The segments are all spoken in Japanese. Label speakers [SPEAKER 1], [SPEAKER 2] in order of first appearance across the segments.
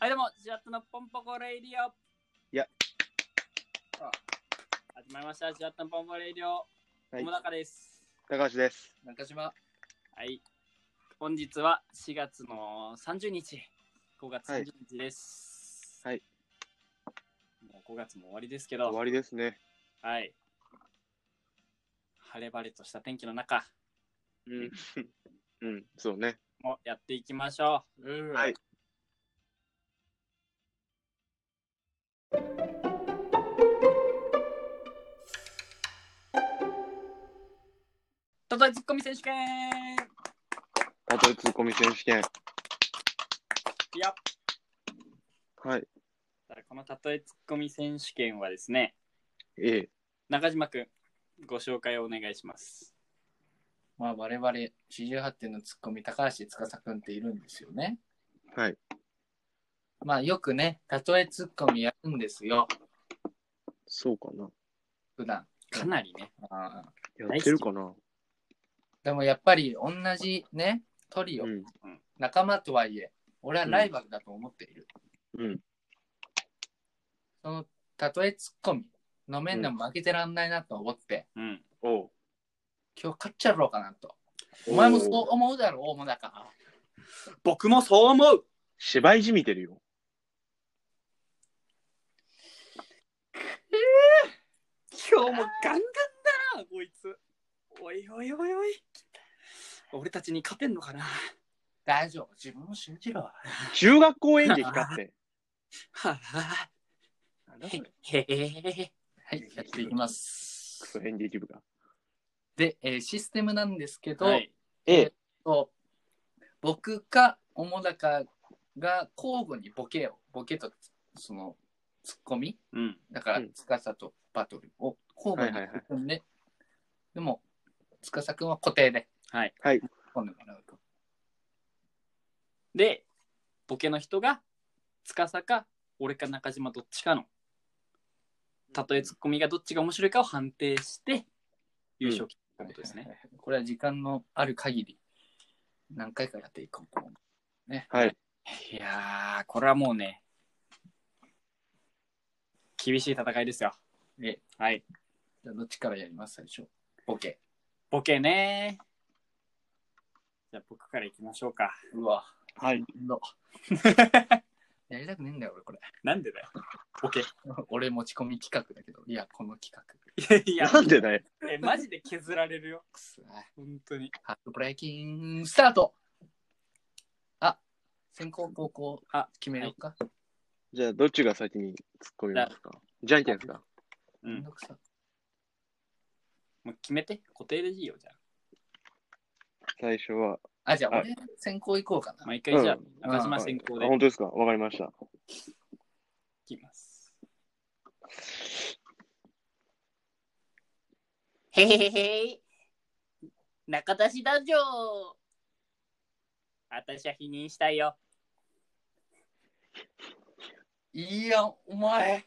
[SPEAKER 1] はい、どうも、シアットのポンポコレイディオ。
[SPEAKER 2] いや
[SPEAKER 1] あ。始まりました、シアットのポンポコレイディオ。
[SPEAKER 2] はい
[SPEAKER 1] 友高です。
[SPEAKER 2] 高橋です。
[SPEAKER 3] 中島。
[SPEAKER 1] はい。本日は4月の30日、5月30日です。
[SPEAKER 2] はい。
[SPEAKER 1] もう5月も終わりですけ
[SPEAKER 2] 終
[SPEAKER 1] ど、
[SPEAKER 2] わりですね。
[SPEAKER 1] はい。晴れ晴れとした天気の中、
[SPEAKER 2] うん。 うん、そうね。
[SPEAKER 1] もやっていきましょ
[SPEAKER 3] うん
[SPEAKER 2] はい
[SPEAKER 1] う。たとえツッコミ選手権
[SPEAKER 2] たとえツッコミ選手権。
[SPEAKER 1] いや
[SPEAKER 2] はい。
[SPEAKER 1] ただこのたとえツッコミ選手権はですね、
[SPEAKER 2] ええ。
[SPEAKER 1] 中島くん、ご紹介をお願いします。
[SPEAKER 3] まあ、我々、48点のツッコミ、高橋司くんっているんですよね。
[SPEAKER 2] はい。
[SPEAKER 3] まあ、よくね、たとえツッコミやるんですよ、
[SPEAKER 2] そうかな。
[SPEAKER 3] 普段。
[SPEAKER 1] かなりね。
[SPEAKER 3] あー
[SPEAKER 2] やってるかな
[SPEAKER 3] でも、やっぱり、同じね、トリオ、
[SPEAKER 2] うん。
[SPEAKER 3] 仲間とはいえ、俺はライバルだと思っている。
[SPEAKER 2] うん。
[SPEAKER 3] その、たとえツッコミの面でも負けてらんないなと思って、
[SPEAKER 1] うん。
[SPEAKER 2] おう。
[SPEAKER 3] 今日勝っちゃろうかなと。お前もそう
[SPEAKER 2] おう。
[SPEAKER 3] 思うだろう、大物だから。
[SPEAKER 1] 僕もそう思う
[SPEAKER 2] 芝居じみてるよ。
[SPEAKER 1] 今日もガンガンだな、こいつ。おいおいおいおい。俺たちに勝てんのかな
[SPEAKER 3] 大丈夫、自分を信じろ。
[SPEAKER 2] 中学校演劇かって。
[SPEAKER 1] はあ、
[SPEAKER 2] なんだそれ
[SPEAKER 1] へえ。
[SPEAKER 3] はい、やっていきます
[SPEAKER 2] ク。ソ演劇部が。
[SPEAKER 3] で、えーシステムなんですけど、
[SPEAKER 1] はい。
[SPEAKER 2] え
[SPEAKER 3] え。と僕か主高が交互にボケをボケとそのツッコミ
[SPEAKER 1] うん。
[SPEAKER 3] だから
[SPEAKER 2] うん
[SPEAKER 3] 司とバトルを交互に
[SPEAKER 2] はいはいはい
[SPEAKER 3] 組んで、でも司君は固定で
[SPEAKER 1] はい。
[SPEAKER 2] はい。
[SPEAKER 3] 今度もらうと
[SPEAKER 1] で、ボケの人が、司か、俺か中島どっちかの、たとえツッコミがどっちが面白いかを判定して、優勝決めることですね。
[SPEAKER 3] これは時間のある限り何回かやっていこうと思う
[SPEAKER 2] はい。
[SPEAKER 1] いやー、これはもうね、厳しい戦いですよ。
[SPEAKER 3] え
[SPEAKER 1] はい。
[SPEAKER 3] じゃあどっちからやります最初ボケ
[SPEAKER 1] ボケねじゃあ僕から行きましょうか。
[SPEAKER 3] うわ
[SPEAKER 2] はい。
[SPEAKER 3] のやりたくねえんだよ俺これ
[SPEAKER 1] なんでだよ。ボケ。
[SPEAKER 3] 俺持ち込み企画だけどいやこの企画
[SPEAKER 1] い や、
[SPEAKER 2] なんでだよ。
[SPEAKER 1] えマジで削られるよ。
[SPEAKER 3] くそー
[SPEAKER 1] 本当に。
[SPEAKER 3] ハートブレイキングスタートあ先行後攻
[SPEAKER 1] あ
[SPEAKER 3] 決めようか、
[SPEAKER 2] じゃあ、どっちが先に突っ込みますかじゃんけんですか
[SPEAKER 1] うん
[SPEAKER 3] めんどくさ
[SPEAKER 1] もう決めて。固定でいいよ、じゃ
[SPEAKER 2] 最初は。
[SPEAKER 3] あじゃあ
[SPEAKER 2] はい
[SPEAKER 3] 俺先行行こうか
[SPEAKER 1] あ。
[SPEAKER 3] な、
[SPEAKER 1] 毎回じゃあ、
[SPEAKER 2] うん
[SPEAKER 1] 中島先行で
[SPEAKER 2] あ、
[SPEAKER 1] い
[SPEAKER 2] 本当ですかわかりました。
[SPEAKER 1] きます。へへへへ中出しだじょ私は否認したいよ。
[SPEAKER 3] いやお前へ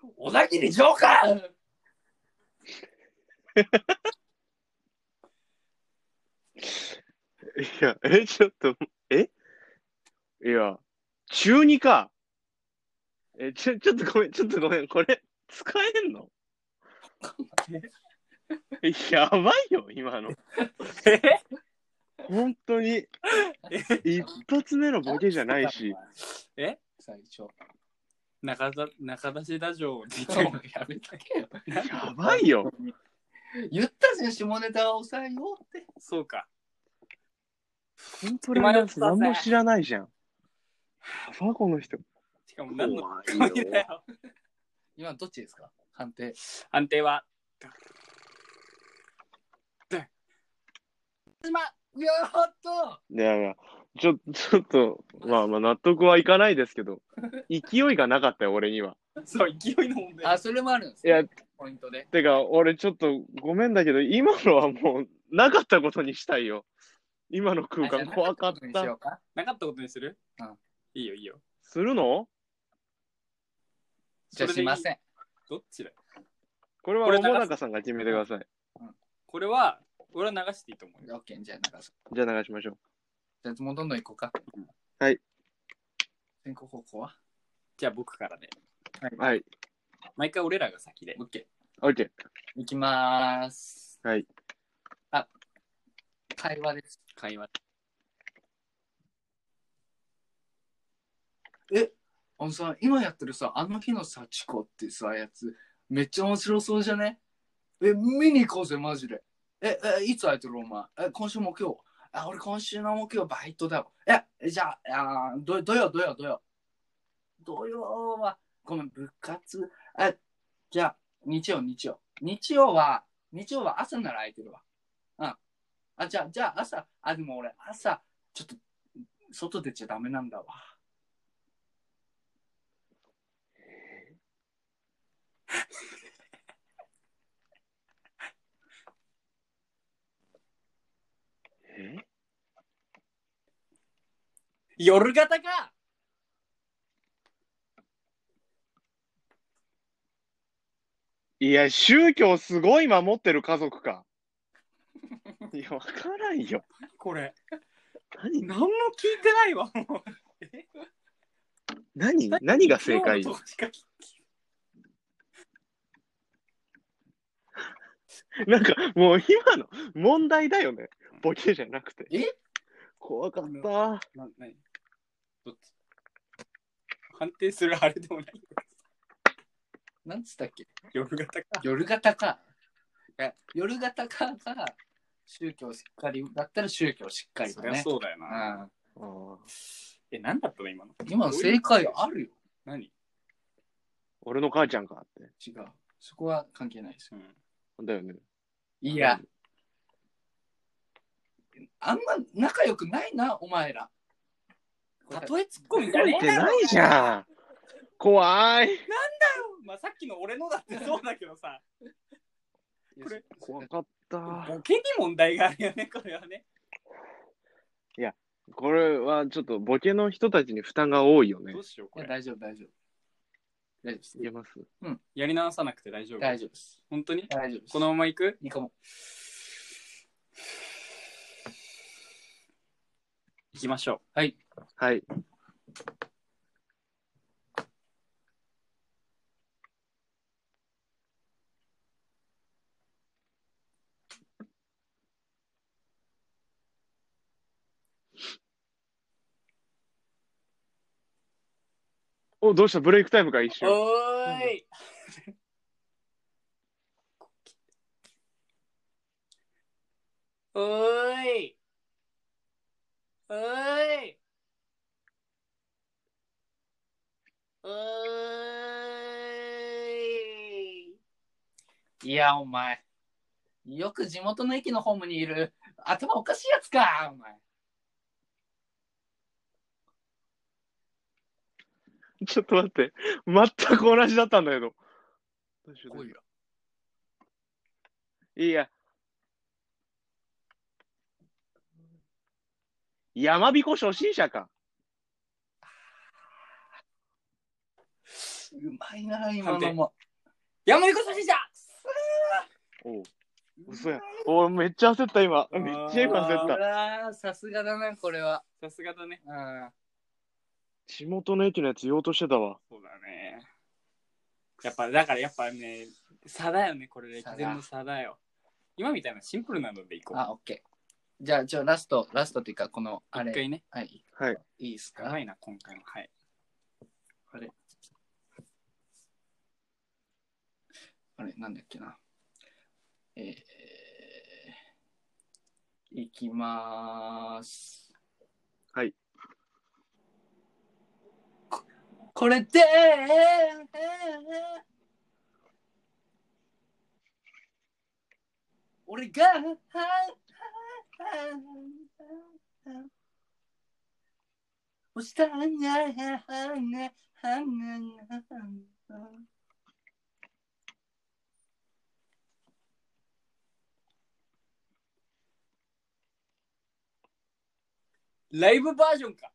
[SPEAKER 3] ー小田切ジョーカー
[SPEAKER 2] いや、え、ちょっと、えいや、中2か。え、ちょ、ちょっとごめん、ちょっとごめん、これ、使えんのやばいよ、今の。本当に、一発目のボケじゃないし、
[SPEAKER 1] え
[SPEAKER 3] 最初
[SPEAKER 1] 中田中出しだじょって
[SPEAKER 3] そう
[SPEAKER 1] 言って
[SPEAKER 3] やめとけよ
[SPEAKER 2] やばいよ。
[SPEAKER 3] 言ったじゃん下ネタを抑えようって
[SPEAKER 1] そうか。
[SPEAKER 2] 本当にあいつ何も知らないじゃん。やば、この人。
[SPEAKER 1] しかも
[SPEAKER 2] 怖い
[SPEAKER 1] 何の
[SPEAKER 2] よ。
[SPEAKER 1] 声だよ。
[SPEAKER 3] 今どっちですか判定
[SPEAKER 1] 判定は。で今
[SPEAKER 3] やっと
[SPEAKER 2] いやいや、ちょ、ちょっと、まあまあ、納得はいかないですけど、勢いがなかったよ、俺には。
[SPEAKER 1] そう、勢いの問題。
[SPEAKER 3] あそれもあるんです
[SPEAKER 2] い
[SPEAKER 3] ね
[SPEAKER 2] や、
[SPEAKER 3] ポイントで
[SPEAKER 2] てか、俺ちょっとごめんだけど、今のはもうなかったことにしたいよ。今の空
[SPEAKER 3] あじゃあ
[SPEAKER 2] 間怖かっ
[SPEAKER 3] 中田君にしよ
[SPEAKER 2] た。
[SPEAKER 3] うか
[SPEAKER 1] なかったことにする
[SPEAKER 3] うん
[SPEAKER 1] いいよ、いいよ。
[SPEAKER 2] するの
[SPEAKER 3] じゃ
[SPEAKER 1] それ
[SPEAKER 3] あ
[SPEAKER 1] で
[SPEAKER 3] し
[SPEAKER 1] いい
[SPEAKER 3] ません
[SPEAKER 1] どっちだよ。
[SPEAKER 2] これは
[SPEAKER 1] これ流す
[SPEAKER 2] 桃中さんが決めてください。
[SPEAKER 1] これは、俺は流していいと思うよ。
[SPEAKER 3] オッケーじゃあ中田さん
[SPEAKER 2] じゃあ流しましょう。
[SPEAKER 3] じゃあもうどんどん行こうか。
[SPEAKER 2] はい。
[SPEAKER 3] 先行方向は
[SPEAKER 1] じゃあ僕からね。
[SPEAKER 2] はい。
[SPEAKER 1] 毎回俺らが先で。
[SPEAKER 3] ?OK。
[SPEAKER 2] オッケ
[SPEAKER 3] 行きまーす。
[SPEAKER 2] はい。
[SPEAKER 3] あ、会話です。
[SPEAKER 1] 会話。
[SPEAKER 3] あのさ、今やってるさ、あの日の幸子ってさ、やつ、めっちゃ面白そうじゃねえ、見に行こうぜ、マジで。え、え、いつ空いてるお前。え、今週木曜。あ、俺今週の木曜バイトだよ。え、じゃあ、あーど土曜、土曜、土曜。土曜は、ごめん、部活。え、じゃあ、日曜、日曜。日曜は、日曜は朝なら空いてるわ。うん。あ、じゃあ、じゃあ朝、あ、でも俺、朝、ちょっと、外出ちゃダメなんだわ。
[SPEAKER 2] ー。
[SPEAKER 1] 夜型か
[SPEAKER 2] えいや、宗教すごい守ってる家族 か。いや、わからんよ。
[SPEAKER 1] これ。
[SPEAKER 2] 何
[SPEAKER 1] 何も聞いてないわ。もう
[SPEAKER 2] 何何が正解
[SPEAKER 1] 今日のとこしか聞
[SPEAKER 2] なんかもう今の問題だよね。ボケじゃなくて。
[SPEAKER 3] え
[SPEAKER 2] 怖かった。
[SPEAKER 1] な何どっち判定するあれでもない。
[SPEAKER 3] なんつったっけ
[SPEAKER 1] 夜型か。
[SPEAKER 3] 夜型か。いや夜型かが宗教しっかりだったら宗教しっかり
[SPEAKER 1] そ
[SPEAKER 3] だ
[SPEAKER 1] りゃ
[SPEAKER 3] ね。
[SPEAKER 1] そうだよな。
[SPEAKER 3] うん
[SPEAKER 1] え、何だったの今の。
[SPEAKER 3] 今の正解あるよ。
[SPEAKER 1] 何
[SPEAKER 2] 俺の母ちゃんかって。
[SPEAKER 3] 違う。そこは関係ないですよ。
[SPEAKER 1] うん
[SPEAKER 2] だよね。
[SPEAKER 3] いや、あんま仲良くないな、お前ら。
[SPEAKER 1] たとえツッコミじゃ
[SPEAKER 2] 見
[SPEAKER 1] ねえ
[SPEAKER 2] て
[SPEAKER 1] だろ
[SPEAKER 2] ないじゃん。怖い。
[SPEAKER 1] まあさっきの俺のだってそうだけど さ、これ
[SPEAKER 2] 怖かった。
[SPEAKER 1] ボケに問題があるよね、これはね。
[SPEAKER 2] これはちょっとボケの人たちに負担が多いよね
[SPEAKER 1] ど。うしよう、こ
[SPEAKER 3] い
[SPEAKER 1] れ。
[SPEAKER 3] や大丈夫、大丈夫。大丈夫です
[SPEAKER 2] い。けます
[SPEAKER 1] やり直さなくて大丈夫。
[SPEAKER 3] 大丈夫です。
[SPEAKER 1] 本当に
[SPEAKER 3] 大丈夫です。
[SPEAKER 1] このまま行く
[SPEAKER 3] いいかも。
[SPEAKER 1] 行きましょ
[SPEAKER 3] はい。
[SPEAKER 2] はい。お、どうしたブレイクタイムか一
[SPEAKER 1] う。
[SPEAKER 2] 瞬。
[SPEAKER 1] おーいおーいおーいおーい
[SPEAKER 3] いや、お前。よく地元の駅のホームにいる頭おかしいやつか、お前。
[SPEAKER 2] ちょっと待って。全く同じだったんだけど。どうしようどうしよ
[SPEAKER 3] よ。
[SPEAKER 2] ういや。山彦初心者か。
[SPEAKER 3] うまいな、今のも。
[SPEAKER 1] 山彦初心者
[SPEAKER 2] おう嘘や。おいめっちゃ焦った今。めっちゃ 今焦った。
[SPEAKER 3] あーさすがだな、これは。
[SPEAKER 1] さすがだね。
[SPEAKER 3] うん
[SPEAKER 2] 地元の駅のやつ言おうとしてたわ。
[SPEAKER 1] そうだね。やっぱ、だからやっぱね、差だよね、これ、歴
[SPEAKER 3] 差だ
[SPEAKER 1] 然の差だよ。今みたいなシンプルなのでいこう。
[SPEAKER 3] あ、オッケー。じゃあ、じゃあラスト、ラストっていうか、この、あ
[SPEAKER 1] 一
[SPEAKER 3] れ、
[SPEAKER 1] 回ね。
[SPEAKER 3] はい、
[SPEAKER 2] はい。
[SPEAKER 3] いいです
[SPEAKER 1] や
[SPEAKER 3] か
[SPEAKER 1] ばいな、今回も。はい。
[SPEAKER 3] あれ、なんだっけな。えー、いきまーす。
[SPEAKER 2] はい
[SPEAKER 3] こ。これで、俺が、おしたん
[SPEAKER 1] ライブバージョンか。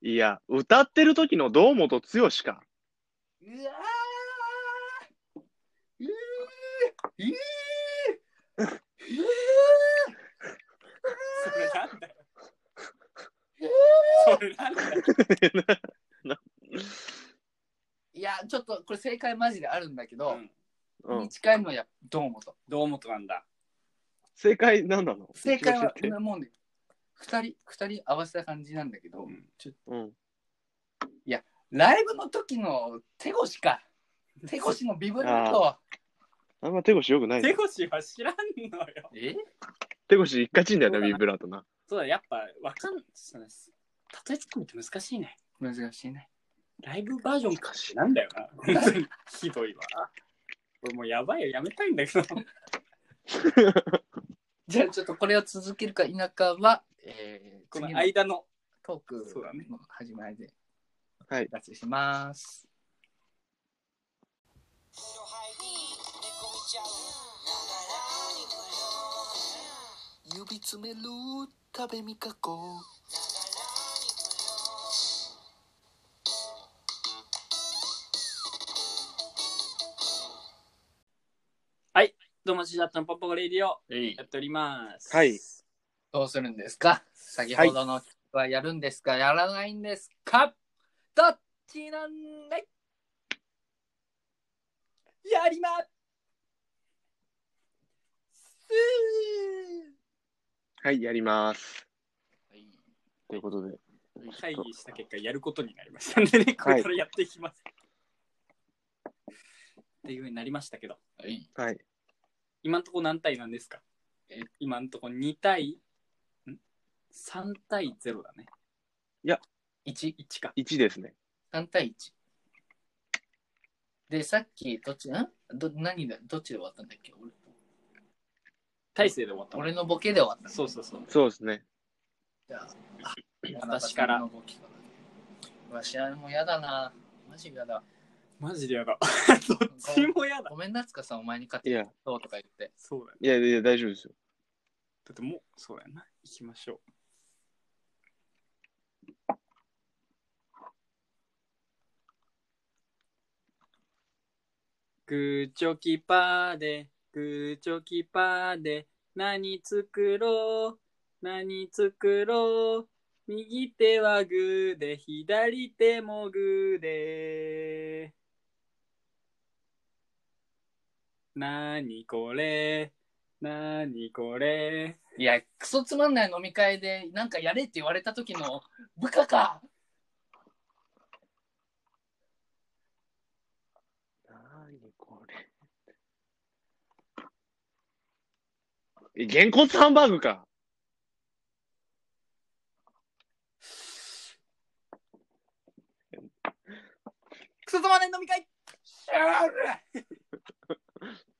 [SPEAKER 2] いや、歌ってる時の堂本剛 か。
[SPEAKER 3] うわーうーうーうー
[SPEAKER 1] それだ
[SPEAKER 2] ねえな。
[SPEAKER 3] いや、ちょっとこれ正解マジであるんだけ
[SPEAKER 1] う
[SPEAKER 3] ど、
[SPEAKER 1] ん
[SPEAKER 2] うん
[SPEAKER 3] に。近いのはやっぱどうもと。
[SPEAKER 1] 堂本なんだ。
[SPEAKER 2] 正解何なの
[SPEAKER 3] 正解は
[SPEAKER 2] 一番知って、
[SPEAKER 3] もうね、二人、二人合わせた感じなんだけど、
[SPEAKER 1] うん
[SPEAKER 3] ちょ
[SPEAKER 2] うん。
[SPEAKER 3] ライブの時の手越か。手越のビブラート。
[SPEAKER 2] あんま手越しよくない
[SPEAKER 1] 手
[SPEAKER 2] ね。
[SPEAKER 1] 越は知らんのよ。
[SPEAKER 3] え
[SPEAKER 2] 手越一回ちんだよな、ビブラートな。
[SPEAKER 1] そうだ、やっぱわかんないです。例えツッコミって難しいね。
[SPEAKER 3] 難しいね。
[SPEAKER 1] ライブバージョンかしなんだよな。本当にひどいわ。これもうやばいよ、やめたいんだけど。
[SPEAKER 3] じゃあちょっとこれを続けるか否かは、えー、
[SPEAKER 1] この
[SPEAKER 3] 次の
[SPEAKER 1] 間の。
[SPEAKER 3] トーク
[SPEAKER 1] そうだね
[SPEAKER 3] の始まりで
[SPEAKER 2] はい。
[SPEAKER 3] 脱出します。
[SPEAKER 4] 指詰める食べみかこ
[SPEAKER 1] どうも、シジャットのポッポコレディオやっております。
[SPEAKER 2] はい
[SPEAKER 3] どうするんですか先ほどのはやるんですか、やらないんですかどっちなんだい
[SPEAKER 1] やります
[SPEAKER 2] はい、やります。
[SPEAKER 3] はい
[SPEAKER 2] ということで。
[SPEAKER 1] 会議した結果、やることになりましたんでね、これからやっていきます。っていうふうになりましたけど、
[SPEAKER 3] はい
[SPEAKER 2] はい。
[SPEAKER 1] 今んとこ何対なんですか
[SPEAKER 3] え
[SPEAKER 1] 今んとこ2対、ん ?3 対0だね。
[SPEAKER 3] 1
[SPEAKER 1] 1か。
[SPEAKER 2] 1ですね。
[SPEAKER 3] 3対1でさっきどっちんど何だどっちで終わったんだっけ俺
[SPEAKER 1] 大勢で終わったの
[SPEAKER 3] 俺のボケで終わったんだ
[SPEAKER 1] そうそうそう。
[SPEAKER 2] そうですね。
[SPEAKER 3] じゃあ
[SPEAKER 1] 私から
[SPEAKER 3] 田中さんのボケからわしはもうやだなマジやだ
[SPEAKER 1] マジでやだ。 どっちもやだ。
[SPEAKER 3] ごめんなつかさんお前に勝
[SPEAKER 2] い
[SPEAKER 3] て
[SPEAKER 2] や、
[SPEAKER 3] そうとか言って
[SPEAKER 1] そうだよ。
[SPEAKER 2] いやいや、大丈夫ですよ。
[SPEAKER 1] だってもう、そうだよな。行きましょう。グーチョキパーで、グーチョキパーで、何作ろう、何作ろう。右手はグーで、左手もグーで。なにこれ、なにこれ。
[SPEAKER 3] いやクソつまんない飲み会でなんかやれって言われた時の部下か
[SPEAKER 2] なにこれ。え、げんこつハンバーグか。
[SPEAKER 1] クソつまんない飲み会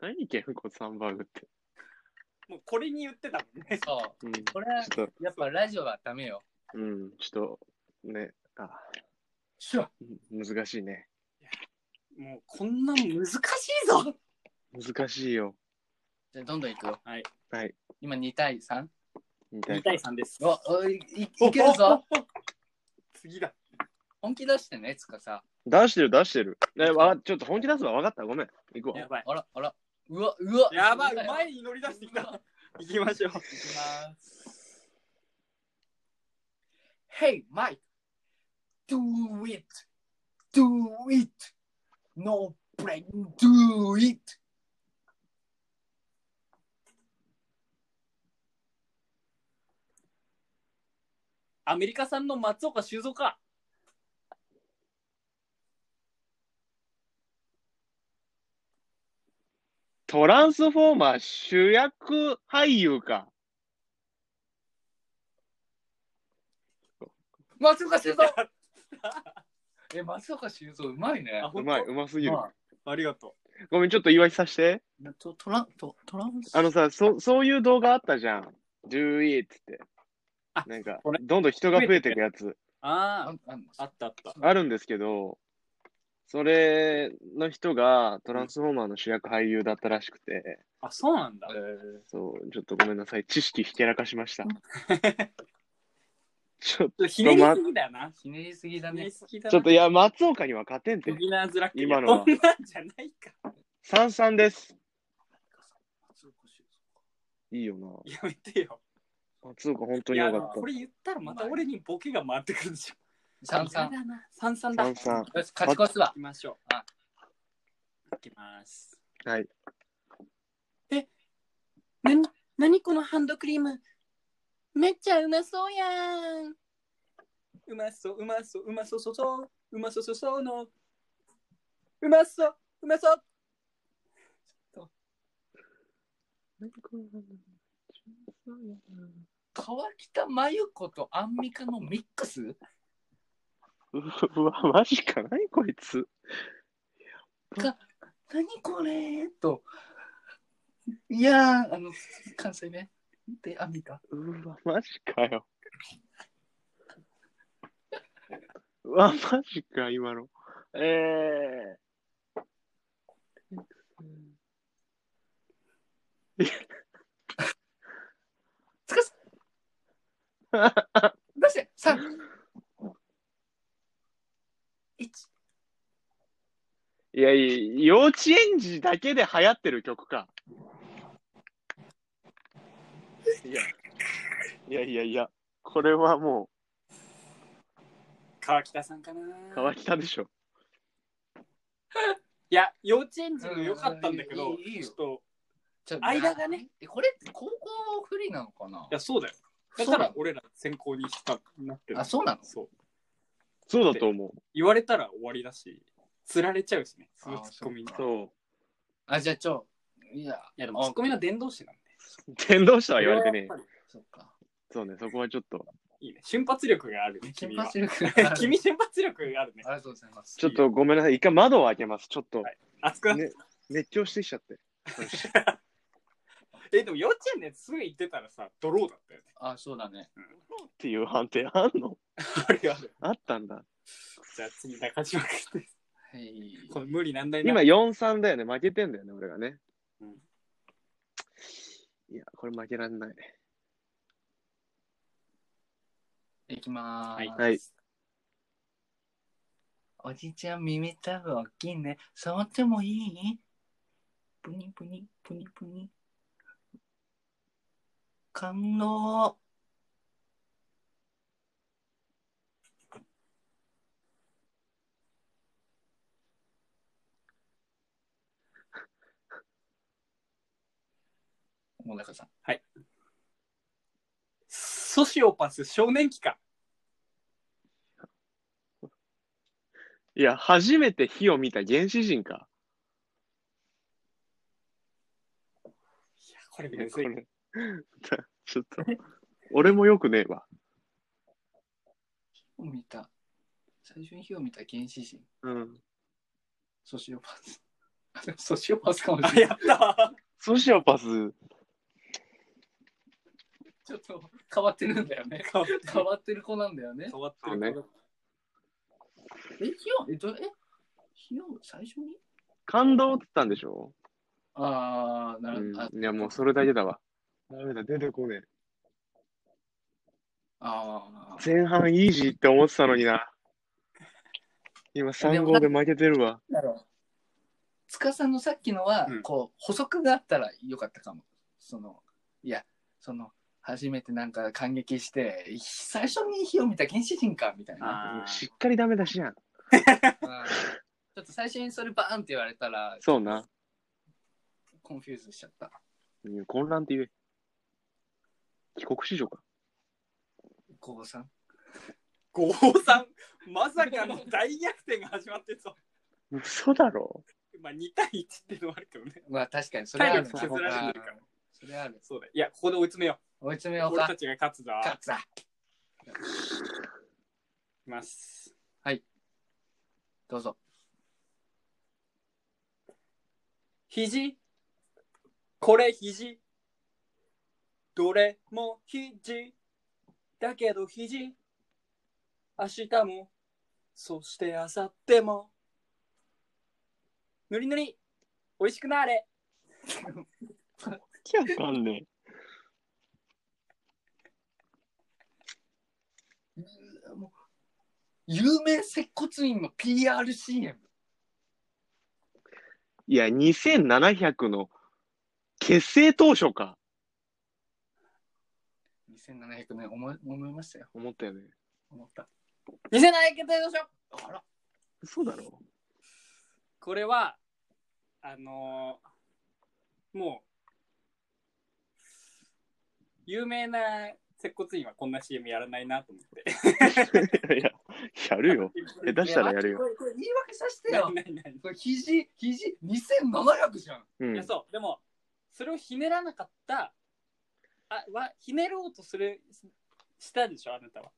[SPEAKER 2] 何げんこつハンバーグって。
[SPEAKER 1] もうこれに言ってたもんね。
[SPEAKER 3] そう
[SPEAKER 2] うん。ち
[SPEAKER 3] これは
[SPEAKER 2] ょっと、
[SPEAKER 3] やっぱラジオはダメよ
[SPEAKER 2] うん、ちょっと、ね、あ、
[SPEAKER 3] シュ
[SPEAKER 2] うん難しいね。
[SPEAKER 1] もうこんなん難しいぞ
[SPEAKER 2] 難しいよ。
[SPEAKER 3] じゃあどんどんいくよ
[SPEAKER 1] はい
[SPEAKER 2] はい
[SPEAKER 3] 今2対 3?
[SPEAKER 2] みた
[SPEAKER 1] !2
[SPEAKER 2] いな。
[SPEAKER 1] 対3です。
[SPEAKER 3] おおいいいけるぞ
[SPEAKER 1] 次だ。
[SPEAKER 3] 本気出してねつかさ
[SPEAKER 2] 出してる、出してる。え、わ、ちょっと本気出すわ。わかった。ごめん。行こ
[SPEAKER 1] やばい。
[SPEAKER 3] あらあらうわうわ
[SPEAKER 1] やばい、
[SPEAKER 3] うまい
[SPEAKER 1] 前に乗り出してきた。行きましょう。
[SPEAKER 3] いきます。Hey, Mike, do it, do it, no brain, do it.
[SPEAKER 1] アメリカ産の松岡修造か。
[SPEAKER 2] う。トランスフォーマー主役俳優か。
[SPEAKER 3] 松岡修造え、松岡修造うまいね
[SPEAKER 1] あ、。ほ
[SPEAKER 2] うんまい、うますぎる。
[SPEAKER 3] ま
[SPEAKER 1] ありがと
[SPEAKER 2] ごめん、ちょっと言い訳させて。
[SPEAKER 3] あトトラントトランス
[SPEAKER 2] あのさ、そ、そういう動画あったじゃん。do it って
[SPEAKER 1] あ。
[SPEAKER 2] なんか
[SPEAKER 1] これ、
[SPEAKER 2] どんどん人が増えていくやつ、
[SPEAKER 1] う。あ
[SPEAKER 3] ああん
[SPEAKER 1] あ、あったあった。
[SPEAKER 2] あるんですけど、それの人がトランスフォーマーの主役俳優だったらしくて、
[SPEAKER 1] あ、そうなんだ
[SPEAKER 3] え。ー
[SPEAKER 2] そう、ちょっとごめんなさい。知識ひけらかし ました。ちょ、
[SPEAKER 1] ひねりすぎだよな。
[SPEAKER 3] ひねりすぎだ
[SPEAKER 1] ひね
[SPEAKER 3] ね
[SPEAKER 1] り。すぎだ
[SPEAKER 2] ちょっ
[SPEAKER 1] な
[SPEAKER 2] と、。いや、松岡には勝てんて
[SPEAKER 1] ビ。ギナーズラック。
[SPEAKER 2] 今のは
[SPEAKER 1] こんなんじゃないか。
[SPEAKER 2] 三三です。
[SPEAKER 3] 松岡修
[SPEAKER 2] いいよな。
[SPEAKER 1] やめてよ。
[SPEAKER 2] 松岡本当
[SPEAKER 1] い
[SPEAKER 2] に
[SPEAKER 1] や、
[SPEAKER 2] よ
[SPEAKER 1] あ
[SPEAKER 2] か
[SPEAKER 1] の
[SPEAKER 2] った
[SPEAKER 1] こ。れ言ったらまた俺にボケが回ってくるでしょ。
[SPEAKER 3] 三三。
[SPEAKER 1] だな。三三だ。
[SPEAKER 2] 三三
[SPEAKER 3] よし、勝ち越すわ
[SPEAKER 1] 行。きましょう。
[SPEAKER 3] あ
[SPEAKER 1] 行きます。
[SPEAKER 2] はい。
[SPEAKER 1] なに、なにこのハンドクリーム。めっちゃうまそうやん。うまそう、うまそう、うまそうそうそう。うまそうそうそうの。うまそう、うまそう。
[SPEAKER 3] 川北真由子とアンミカのミックス
[SPEAKER 2] うわ、マジかないこいつ。
[SPEAKER 3] 何これと。いやー、あの、関西ね。で、アンミカ。
[SPEAKER 2] うわ、マジかよ。 うわ、マジか、今の。え
[SPEAKER 3] つかす
[SPEAKER 2] ー。
[SPEAKER 3] 出して三一
[SPEAKER 2] いやいや、幼稚園児だけで流行ってる曲か。いや、いやいやいや、これはも
[SPEAKER 1] 川北さんかな。
[SPEAKER 2] う川北でしょ。
[SPEAKER 1] いや、幼稚園児の良かったんだけ
[SPEAKER 3] う
[SPEAKER 1] ど
[SPEAKER 3] んいいいい、よ
[SPEAKER 1] ちょっと、
[SPEAKER 3] ちょ
[SPEAKER 1] 間がね。
[SPEAKER 3] なこれって高校不利なのかない
[SPEAKER 1] や、そうだよ。だ
[SPEAKER 3] そ
[SPEAKER 1] か
[SPEAKER 3] うな
[SPEAKER 1] ら俺ら先行にしたなってる
[SPEAKER 3] のあ、。そうなの
[SPEAKER 1] そう。
[SPEAKER 2] そうだと思う。
[SPEAKER 1] 言われたら終わりだし、つられちゃうしね、その
[SPEAKER 3] あー
[SPEAKER 1] ツッコミに。い
[SPEAKER 2] そ
[SPEAKER 3] あ、じゃあちょ、いや、
[SPEAKER 1] や、でもツッコミの伝道師なんで。
[SPEAKER 2] う。天動詞とは言われてねえ
[SPEAKER 1] そ。はやっぱ
[SPEAKER 3] そっか。
[SPEAKER 2] そうね、そこはちょっと、
[SPEAKER 1] りいいね。瞬発力があるね、
[SPEAKER 3] 金
[SPEAKER 1] 君
[SPEAKER 3] 髪
[SPEAKER 1] は。
[SPEAKER 3] 力
[SPEAKER 1] 君瞬発力があるね
[SPEAKER 3] あ。りがとうございます。
[SPEAKER 2] ちょっとごめんなさい。一回窓を開けます。ちょっと、
[SPEAKER 1] はい熱くなっ
[SPEAKER 2] ね、熱狂してきちゃって。
[SPEAKER 1] え、でも幼稚園のやつすぐ行ってたらさ、ドローだったよね。
[SPEAKER 3] あ、そうだね。
[SPEAKER 2] っていう判定あんの
[SPEAKER 1] あるある。
[SPEAKER 2] あったんだ。
[SPEAKER 1] じゃあ次、中島君です。
[SPEAKER 3] はい。
[SPEAKER 1] この無理難題な
[SPEAKER 2] 今4-3だよね。負けてんだよね、俺がね。
[SPEAKER 1] うん
[SPEAKER 2] いや、これ負けらんない。
[SPEAKER 3] いきまーす。
[SPEAKER 2] はい。
[SPEAKER 3] おじちゃん耳たぶ大きいね。触ってもいいぷにぷにぷにぷに。感動。もう中さん。
[SPEAKER 1] ソシオパス少年期か。
[SPEAKER 2] いや、初めて火を見た原始人か。
[SPEAKER 1] いや、これ
[SPEAKER 2] いや
[SPEAKER 1] む
[SPEAKER 2] こ
[SPEAKER 1] ずい。
[SPEAKER 2] れ ちょっと、俺もよくねえわ。
[SPEAKER 3] 火を見た。最初に火を見た原始人。
[SPEAKER 2] うん。
[SPEAKER 3] ソシオパス。 あでもソシオパスかも
[SPEAKER 1] あ、
[SPEAKER 3] しれ
[SPEAKER 1] や
[SPEAKER 3] ない。
[SPEAKER 1] った
[SPEAKER 2] ソシオパス、
[SPEAKER 3] ちょっと変わってるんだよね。
[SPEAKER 1] 変わってる
[SPEAKER 3] 変わってる子なんだよね。
[SPEAKER 1] 変わってるね。
[SPEAKER 3] え、火を、えっと、え、火を最初に
[SPEAKER 2] 感動って言ったんでしょ
[SPEAKER 3] ああ、な
[SPEAKER 2] う
[SPEAKER 3] る
[SPEAKER 2] ん
[SPEAKER 3] ほど。あ。
[SPEAKER 2] いや、もうそれだけだわ。ダメだ、出てこねえ。
[SPEAKER 3] あー
[SPEAKER 2] 前半イージーって思ってたのにな。今3号で負けてるわ。
[SPEAKER 3] なんだろう。つかさんのさっきのは、
[SPEAKER 1] うん
[SPEAKER 3] こう、補足があったらよかったかも。その、いや、その、初めてなんか感激して、ひ最初に火を見た原始人か、みたいな。
[SPEAKER 1] あー
[SPEAKER 2] しっかりダメだしやん。
[SPEAKER 3] うんちょっと最初にそれバーンって言われたら、
[SPEAKER 2] そうな。
[SPEAKER 3] コンフューズしちゃった。
[SPEAKER 2] うん混乱って言え。帰国子女か。
[SPEAKER 3] こうさん。
[SPEAKER 1] 五三まさかの大逆転が始まってそう。
[SPEAKER 2] 嘘だろ。
[SPEAKER 1] まあ2対1っていうのはあるけどね。
[SPEAKER 3] まあ確かに、それは
[SPEAKER 1] 体
[SPEAKER 3] ある
[SPEAKER 1] 力削られてるから。
[SPEAKER 3] それはある。
[SPEAKER 1] そうだ。いや、ここで追い詰めよ
[SPEAKER 3] 追い詰め
[SPEAKER 1] う。
[SPEAKER 3] よう
[SPEAKER 1] 俺
[SPEAKER 3] か
[SPEAKER 1] た。ちが勝つぞ。
[SPEAKER 3] 勝
[SPEAKER 1] 勝
[SPEAKER 3] つだ。
[SPEAKER 1] ちます。
[SPEAKER 3] どうぞ。
[SPEAKER 1] 肘これ肘どれも肘だけど肘明日もそして明後日もぬりぬり美味しくなあれ
[SPEAKER 2] きゃわかんね
[SPEAKER 3] もう有名接骨院の PRCM
[SPEAKER 2] え。いや、2700の結成当初か。
[SPEAKER 3] 2700年思い思いましたよ
[SPEAKER 2] 思ったよね。
[SPEAKER 3] 思った
[SPEAKER 1] 偽内決定図書
[SPEAKER 3] あら、
[SPEAKER 2] 嘘だろ
[SPEAKER 1] これは、あのーもう、有名な接骨院はこんな CM やらないなと思って。
[SPEAKER 2] いや、やるよ。え、出したらやるよ。
[SPEAKER 3] これこれ言い訳させて
[SPEAKER 1] な
[SPEAKER 3] よ
[SPEAKER 1] に。なになに
[SPEAKER 3] これ肘、肘2700じゃん。
[SPEAKER 2] うん。。
[SPEAKER 1] いやそう、でも、それをひねらなかった、あはひねろうとする、したでしょ、あなたは。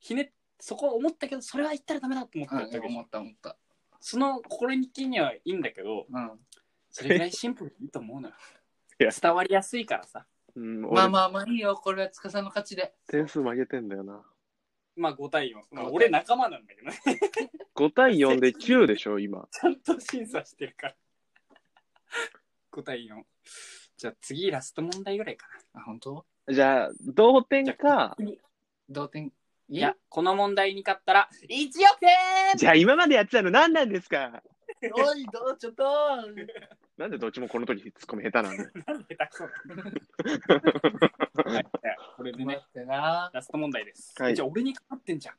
[SPEAKER 1] ひね、そこ思ったけど、それは言ったらダメだと思ってやったわけど、
[SPEAKER 3] った思った。
[SPEAKER 1] その心に気にはいいんだけど、
[SPEAKER 3] うん。
[SPEAKER 1] それぐらいシンプルでいいと思うのよ
[SPEAKER 2] いや
[SPEAKER 1] 伝わりやすいからさ。
[SPEAKER 2] うん、
[SPEAKER 3] ま
[SPEAKER 2] 俺
[SPEAKER 3] あ、まあまあいいよ、これは司の勝ちで。
[SPEAKER 2] 点数負けてんだよな。
[SPEAKER 1] まあ5対4。まあ、
[SPEAKER 3] 5対4
[SPEAKER 1] 俺仲間なんだけどね。
[SPEAKER 2] 5対4で9でしょ、今。
[SPEAKER 1] ちゃんと審査してるから。5対4。じゃあ次ラスト問題ぐらいかな。
[SPEAKER 3] あ、本当
[SPEAKER 2] じゃあ、同点か。
[SPEAKER 3] 同点。い
[SPEAKER 1] いや、、この問題に勝ったら1億円
[SPEAKER 2] じゃあ、今までやってたの何なんですか
[SPEAKER 3] おい、どうちょっと。
[SPEAKER 2] なんでどっちもこの時ツッコミ下手なんだよ。
[SPEAKER 1] なんでだこれはいじゃあこれで
[SPEAKER 3] 待
[SPEAKER 1] ね、
[SPEAKER 3] ってな。
[SPEAKER 1] ラスト問題です。
[SPEAKER 2] はい
[SPEAKER 1] じゃあ俺にかかってんじゃん。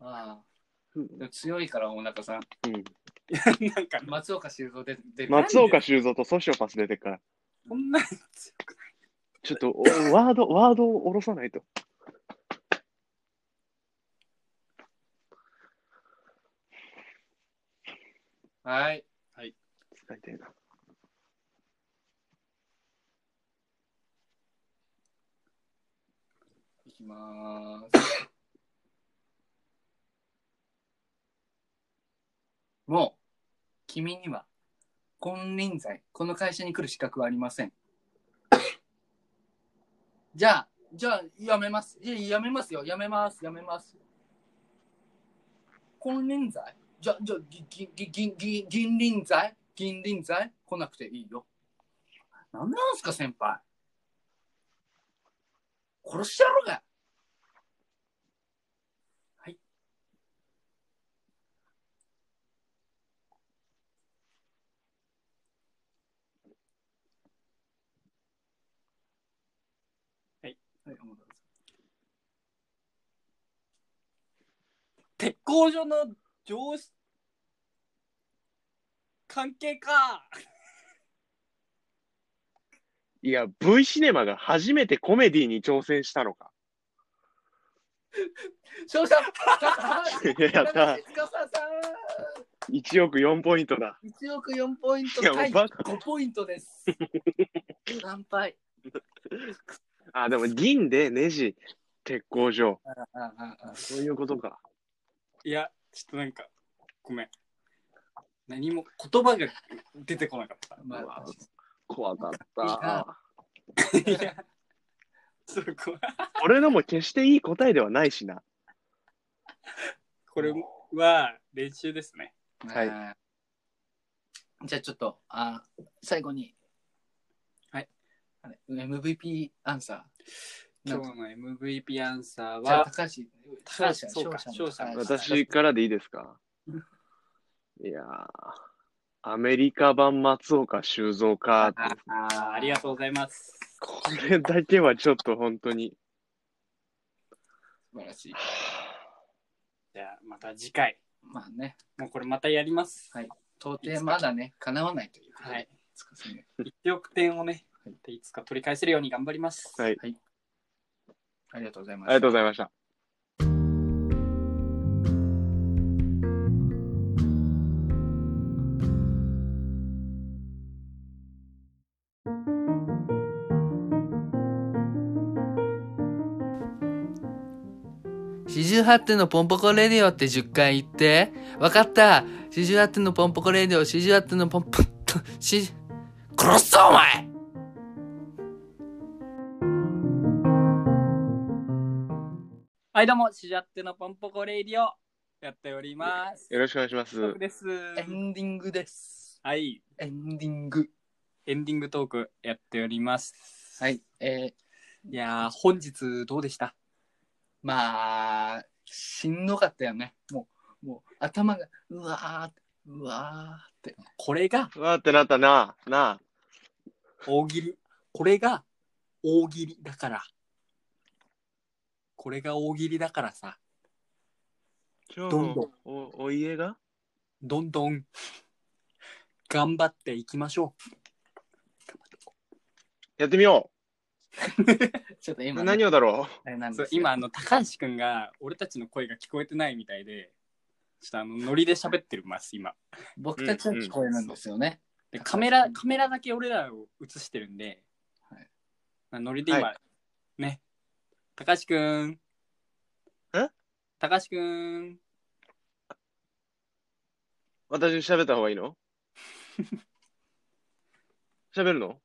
[SPEAKER 3] あ
[SPEAKER 2] うん
[SPEAKER 3] あ。強いから、お中さん。
[SPEAKER 2] うん
[SPEAKER 1] なんか、ま、
[SPEAKER 3] 松岡修造で出る。
[SPEAKER 2] 松岡修造とソシオパス出てるから、
[SPEAKER 1] こんな強く
[SPEAKER 2] ちょっとおワード、ワードを下ろさないと。
[SPEAKER 3] はい。
[SPEAKER 2] 伝えてえな
[SPEAKER 3] いきまーす。もう、君には、金輪際、この会社に来る資格はありません。じゃあ、じゃあ、やめます。いや、やめますよ。やめます。やめます。金輪際じゃ、じゃ、ぎ、ぎ、ぎ、ぎ、ぎ、銀輪際銀輪際来なくていいよ。なんなんすか、先輩。殺してやろうがはい。
[SPEAKER 1] はい。
[SPEAKER 3] はい、お待たせ
[SPEAKER 1] 鉄工所の上司関係か。
[SPEAKER 2] いや、V シネマが初めてコメディに挑戦したのか。
[SPEAKER 3] 勝者高橋
[SPEAKER 2] やった
[SPEAKER 3] 高橋司さ
[SPEAKER 2] 1億4ポイントだ。
[SPEAKER 3] ん1億4ポイント
[SPEAKER 2] いやもう
[SPEAKER 3] 対
[SPEAKER 2] バカ
[SPEAKER 3] 5ポイン トです。乾杯。
[SPEAKER 2] あ、でも銀でネジ、鉄工所。
[SPEAKER 3] あああ
[SPEAKER 2] そういうことか。
[SPEAKER 1] いや、ちょっとなんか、ごめん。何も言葉が出てこなかった。
[SPEAKER 3] ま
[SPEAKER 2] うわ
[SPEAKER 3] あ、
[SPEAKER 2] 怖かっ
[SPEAKER 3] いいな
[SPEAKER 2] た。
[SPEAKER 1] いや、ちょっとこ
[SPEAKER 2] 俺のも決していい答えではないしな。
[SPEAKER 1] これは練習ですね。
[SPEAKER 2] はい
[SPEAKER 3] あーじゃあちょっと、あー最後に。
[SPEAKER 1] はい。
[SPEAKER 3] あれ MVP アンサー。な
[SPEAKER 1] 今
[SPEAKER 3] んか
[SPEAKER 1] 日の MVP アンサー
[SPEAKER 3] じゃあ
[SPEAKER 1] は、
[SPEAKER 3] 高橋、
[SPEAKER 1] 高橋
[SPEAKER 3] 勝者
[SPEAKER 1] そうか
[SPEAKER 3] 勝者の
[SPEAKER 1] 勝者の
[SPEAKER 3] 高橋
[SPEAKER 2] 私からでいいですかいやー、アメリカ版松岡修造か。
[SPEAKER 1] あありがとうございます。
[SPEAKER 2] これだけはちょっと本当に。
[SPEAKER 3] 素晴らしい。
[SPEAKER 1] じゃあ、また次回。
[SPEAKER 3] まあね、
[SPEAKER 1] もうこれまたやります。
[SPEAKER 3] はい到底まだね、叶わないということで。
[SPEAKER 1] はい。
[SPEAKER 3] つかさんね
[SPEAKER 1] 1億点をね、
[SPEAKER 3] はい
[SPEAKER 1] い、つか取り返せるように頑張ります。
[SPEAKER 2] はい
[SPEAKER 3] ありがとうございま
[SPEAKER 2] あ
[SPEAKER 3] す。
[SPEAKER 2] りがとうございました。
[SPEAKER 5] 四十八点のポンポコレディオって10回言って。わかった四十八点のポンポコレディオ、四十八点のポンポ、と、し、殺すぞお前
[SPEAKER 1] はい、どうも、シジャッテのポンポコレイディオやっております。
[SPEAKER 2] よろしくお願いします。
[SPEAKER 1] ろです。
[SPEAKER 3] エンディングです。
[SPEAKER 1] はい、
[SPEAKER 3] エンディング。
[SPEAKER 1] エンディングトークやっております。
[SPEAKER 3] はい。えー、
[SPEAKER 1] いやー、本日どうでした
[SPEAKER 3] まあ、しんどかったよね。もう、もう頭が、うわーって、うわーって。
[SPEAKER 1] これが
[SPEAKER 2] うわーってなったな。なあ。
[SPEAKER 1] 大喜利。これが大喜利だから。これが大喜利だからさ。
[SPEAKER 2] 今日
[SPEAKER 1] どんどん
[SPEAKER 2] のおお家が
[SPEAKER 1] どんどん頑張っていきましょ
[SPEAKER 2] やってみよ
[SPEAKER 3] ちょっと
[SPEAKER 2] う。
[SPEAKER 3] 今、
[SPEAKER 2] な何をだろ
[SPEAKER 3] あれなん
[SPEAKER 1] う。
[SPEAKER 3] です
[SPEAKER 1] そう
[SPEAKER 3] よ
[SPEAKER 1] 今、あの、高橋くんが俺たちの声が聞こえてないみたいで、ちょっとあの、ノリで喋ってます、今。
[SPEAKER 3] 僕たちは聞こえるんですよね。
[SPEAKER 1] でカメラ、カメラだけ俺らを映してるんで、
[SPEAKER 3] はい
[SPEAKER 1] まあノリで今、
[SPEAKER 2] は
[SPEAKER 1] ね、高橋くん。
[SPEAKER 2] え
[SPEAKER 1] 高橋くん。
[SPEAKER 2] う私喋った方がい いの喋るの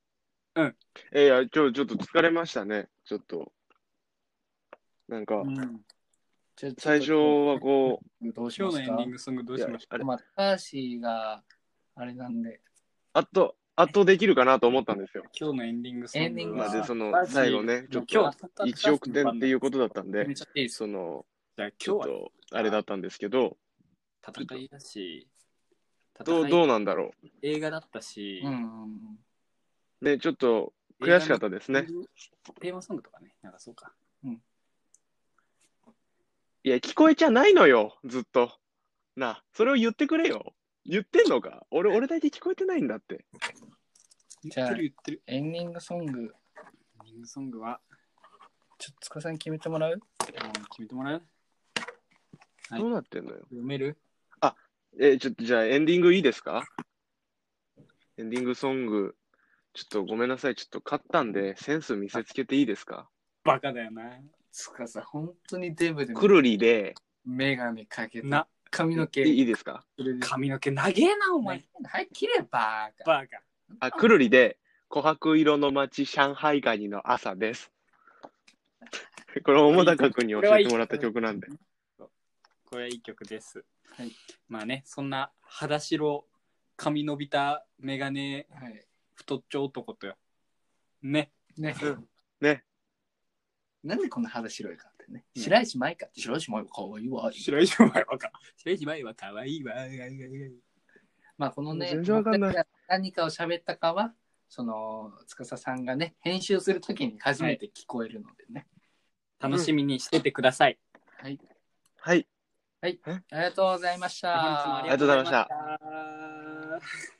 [SPEAKER 1] うん。
[SPEAKER 2] えーいや、今日ちょっと疲れましたね。ちょっと。なんか、
[SPEAKER 3] うんちょ
[SPEAKER 2] 最初はこ
[SPEAKER 3] どうし
[SPEAKER 1] 今
[SPEAKER 3] ま
[SPEAKER 1] 日のエンデ
[SPEAKER 3] すか
[SPEAKER 1] ィングソングど
[SPEAKER 2] う、
[SPEAKER 1] うし
[SPEAKER 2] いや
[SPEAKER 1] ましょ
[SPEAKER 2] あれ
[SPEAKER 3] まあ、高橋があれなんで、
[SPEAKER 2] 圧倒、圧倒できるかなと思ったんですよ
[SPEAKER 1] う。今日のエンディングソング
[SPEAKER 3] エンディング
[SPEAKER 2] まあ、
[SPEAKER 3] は
[SPEAKER 2] で、その、最後ね、ちょっ
[SPEAKER 1] 今
[SPEAKER 2] と、
[SPEAKER 1] 日、
[SPEAKER 2] 1億点っていうことだったんで
[SPEAKER 3] めっ、ちゃいいです。
[SPEAKER 2] その、
[SPEAKER 1] じゃあ
[SPEAKER 2] ちょ
[SPEAKER 1] 今
[SPEAKER 2] っ
[SPEAKER 1] 日は
[SPEAKER 2] と、あれだったんですけど、
[SPEAKER 1] 戦いだし、
[SPEAKER 2] どう、
[SPEAKER 1] 戦い
[SPEAKER 2] どうなんだろ
[SPEAKER 1] 映画だったし、
[SPEAKER 3] うんうんうん
[SPEAKER 2] う。ね、ちょっと、悔しかったですね。
[SPEAKER 1] テーマソングとかね、なんかそうか。
[SPEAKER 2] いや、聞こえちゃないのよ、ずっと。なあ、それを言ってくれよ。言ってんのか俺、俺だけ聞こえてないんだって。
[SPEAKER 3] じゃあ
[SPEAKER 1] 言ってる言ってる。
[SPEAKER 3] エンディングソング、
[SPEAKER 1] エンディングソングは、
[SPEAKER 3] ちょっと塚さんに決めてもらう
[SPEAKER 1] もう決めてもらうはい
[SPEAKER 2] どうなってんのよ。
[SPEAKER 1] 読める
[SPEAKER 2] えーちょっと、じゃあ、エンディングいいですかエンディングソング、ちょっとごめんなさい。ちょっと買ったんで、センス見せつけていいですか
[SPEAKER 1] バカだよな。
[SPEAKER 3] 塚さん、本当にデブで
[SPEAKER 2] くるりで、
[SPEAKER 3] メガネかけて、
[SPEAKER 1] な、
[SPEAKER 3] 髪の毛、
[SPEAKER 2] いいいですか
[SPEAKER 3] それで
[SPEAKER 1] 髪の毛長えな、お前。
[SPEAKER 3] はい、切ればーか。
[SPEAKER 1] バカ。
[SPEAKER 2] あ、くるりで、琥珀色の街、上海ガニの朝です。これ、桃高君に教えてもらった曲なんで。
[SPEAKER 1] これいい曲です。
[SPEAKER 3] はい
[SPEAKER 1] まあね、そんな裸白、髪伸びたメガネ
[SPEAKER 3] はい。
[SPEAKER 1] 太っちょ男とよ。ね。
[SPEAKER 3] ね。
[SPEAKER 2] ね。
[SPEAKER 3] なんでこんな肌白いかってね。白石舞か。白石舞かわいいわ。
[SPEAKER 1] 白石麻衣はか。白石麻衣は可愛いわ。
[SPEAKER 3] まあこのね、
[SPEAKER 2] 全然わかんない
[SPEAKER 3] 僕たちが何かを喋ったかは、その、司さんがね、編集するときに初めて聞こえるのでね。
[SPEAKER 1] 楽しみにしててください。
[SPEAKER 3] はい。
[SPEAKER 2] はい。
[SPEAKER 3] ありがとうございました。
[SPEAKER 1] 本日も
[SPEAKER 2] ありがとうございました
[SPEAKER 1] ありがとうございました。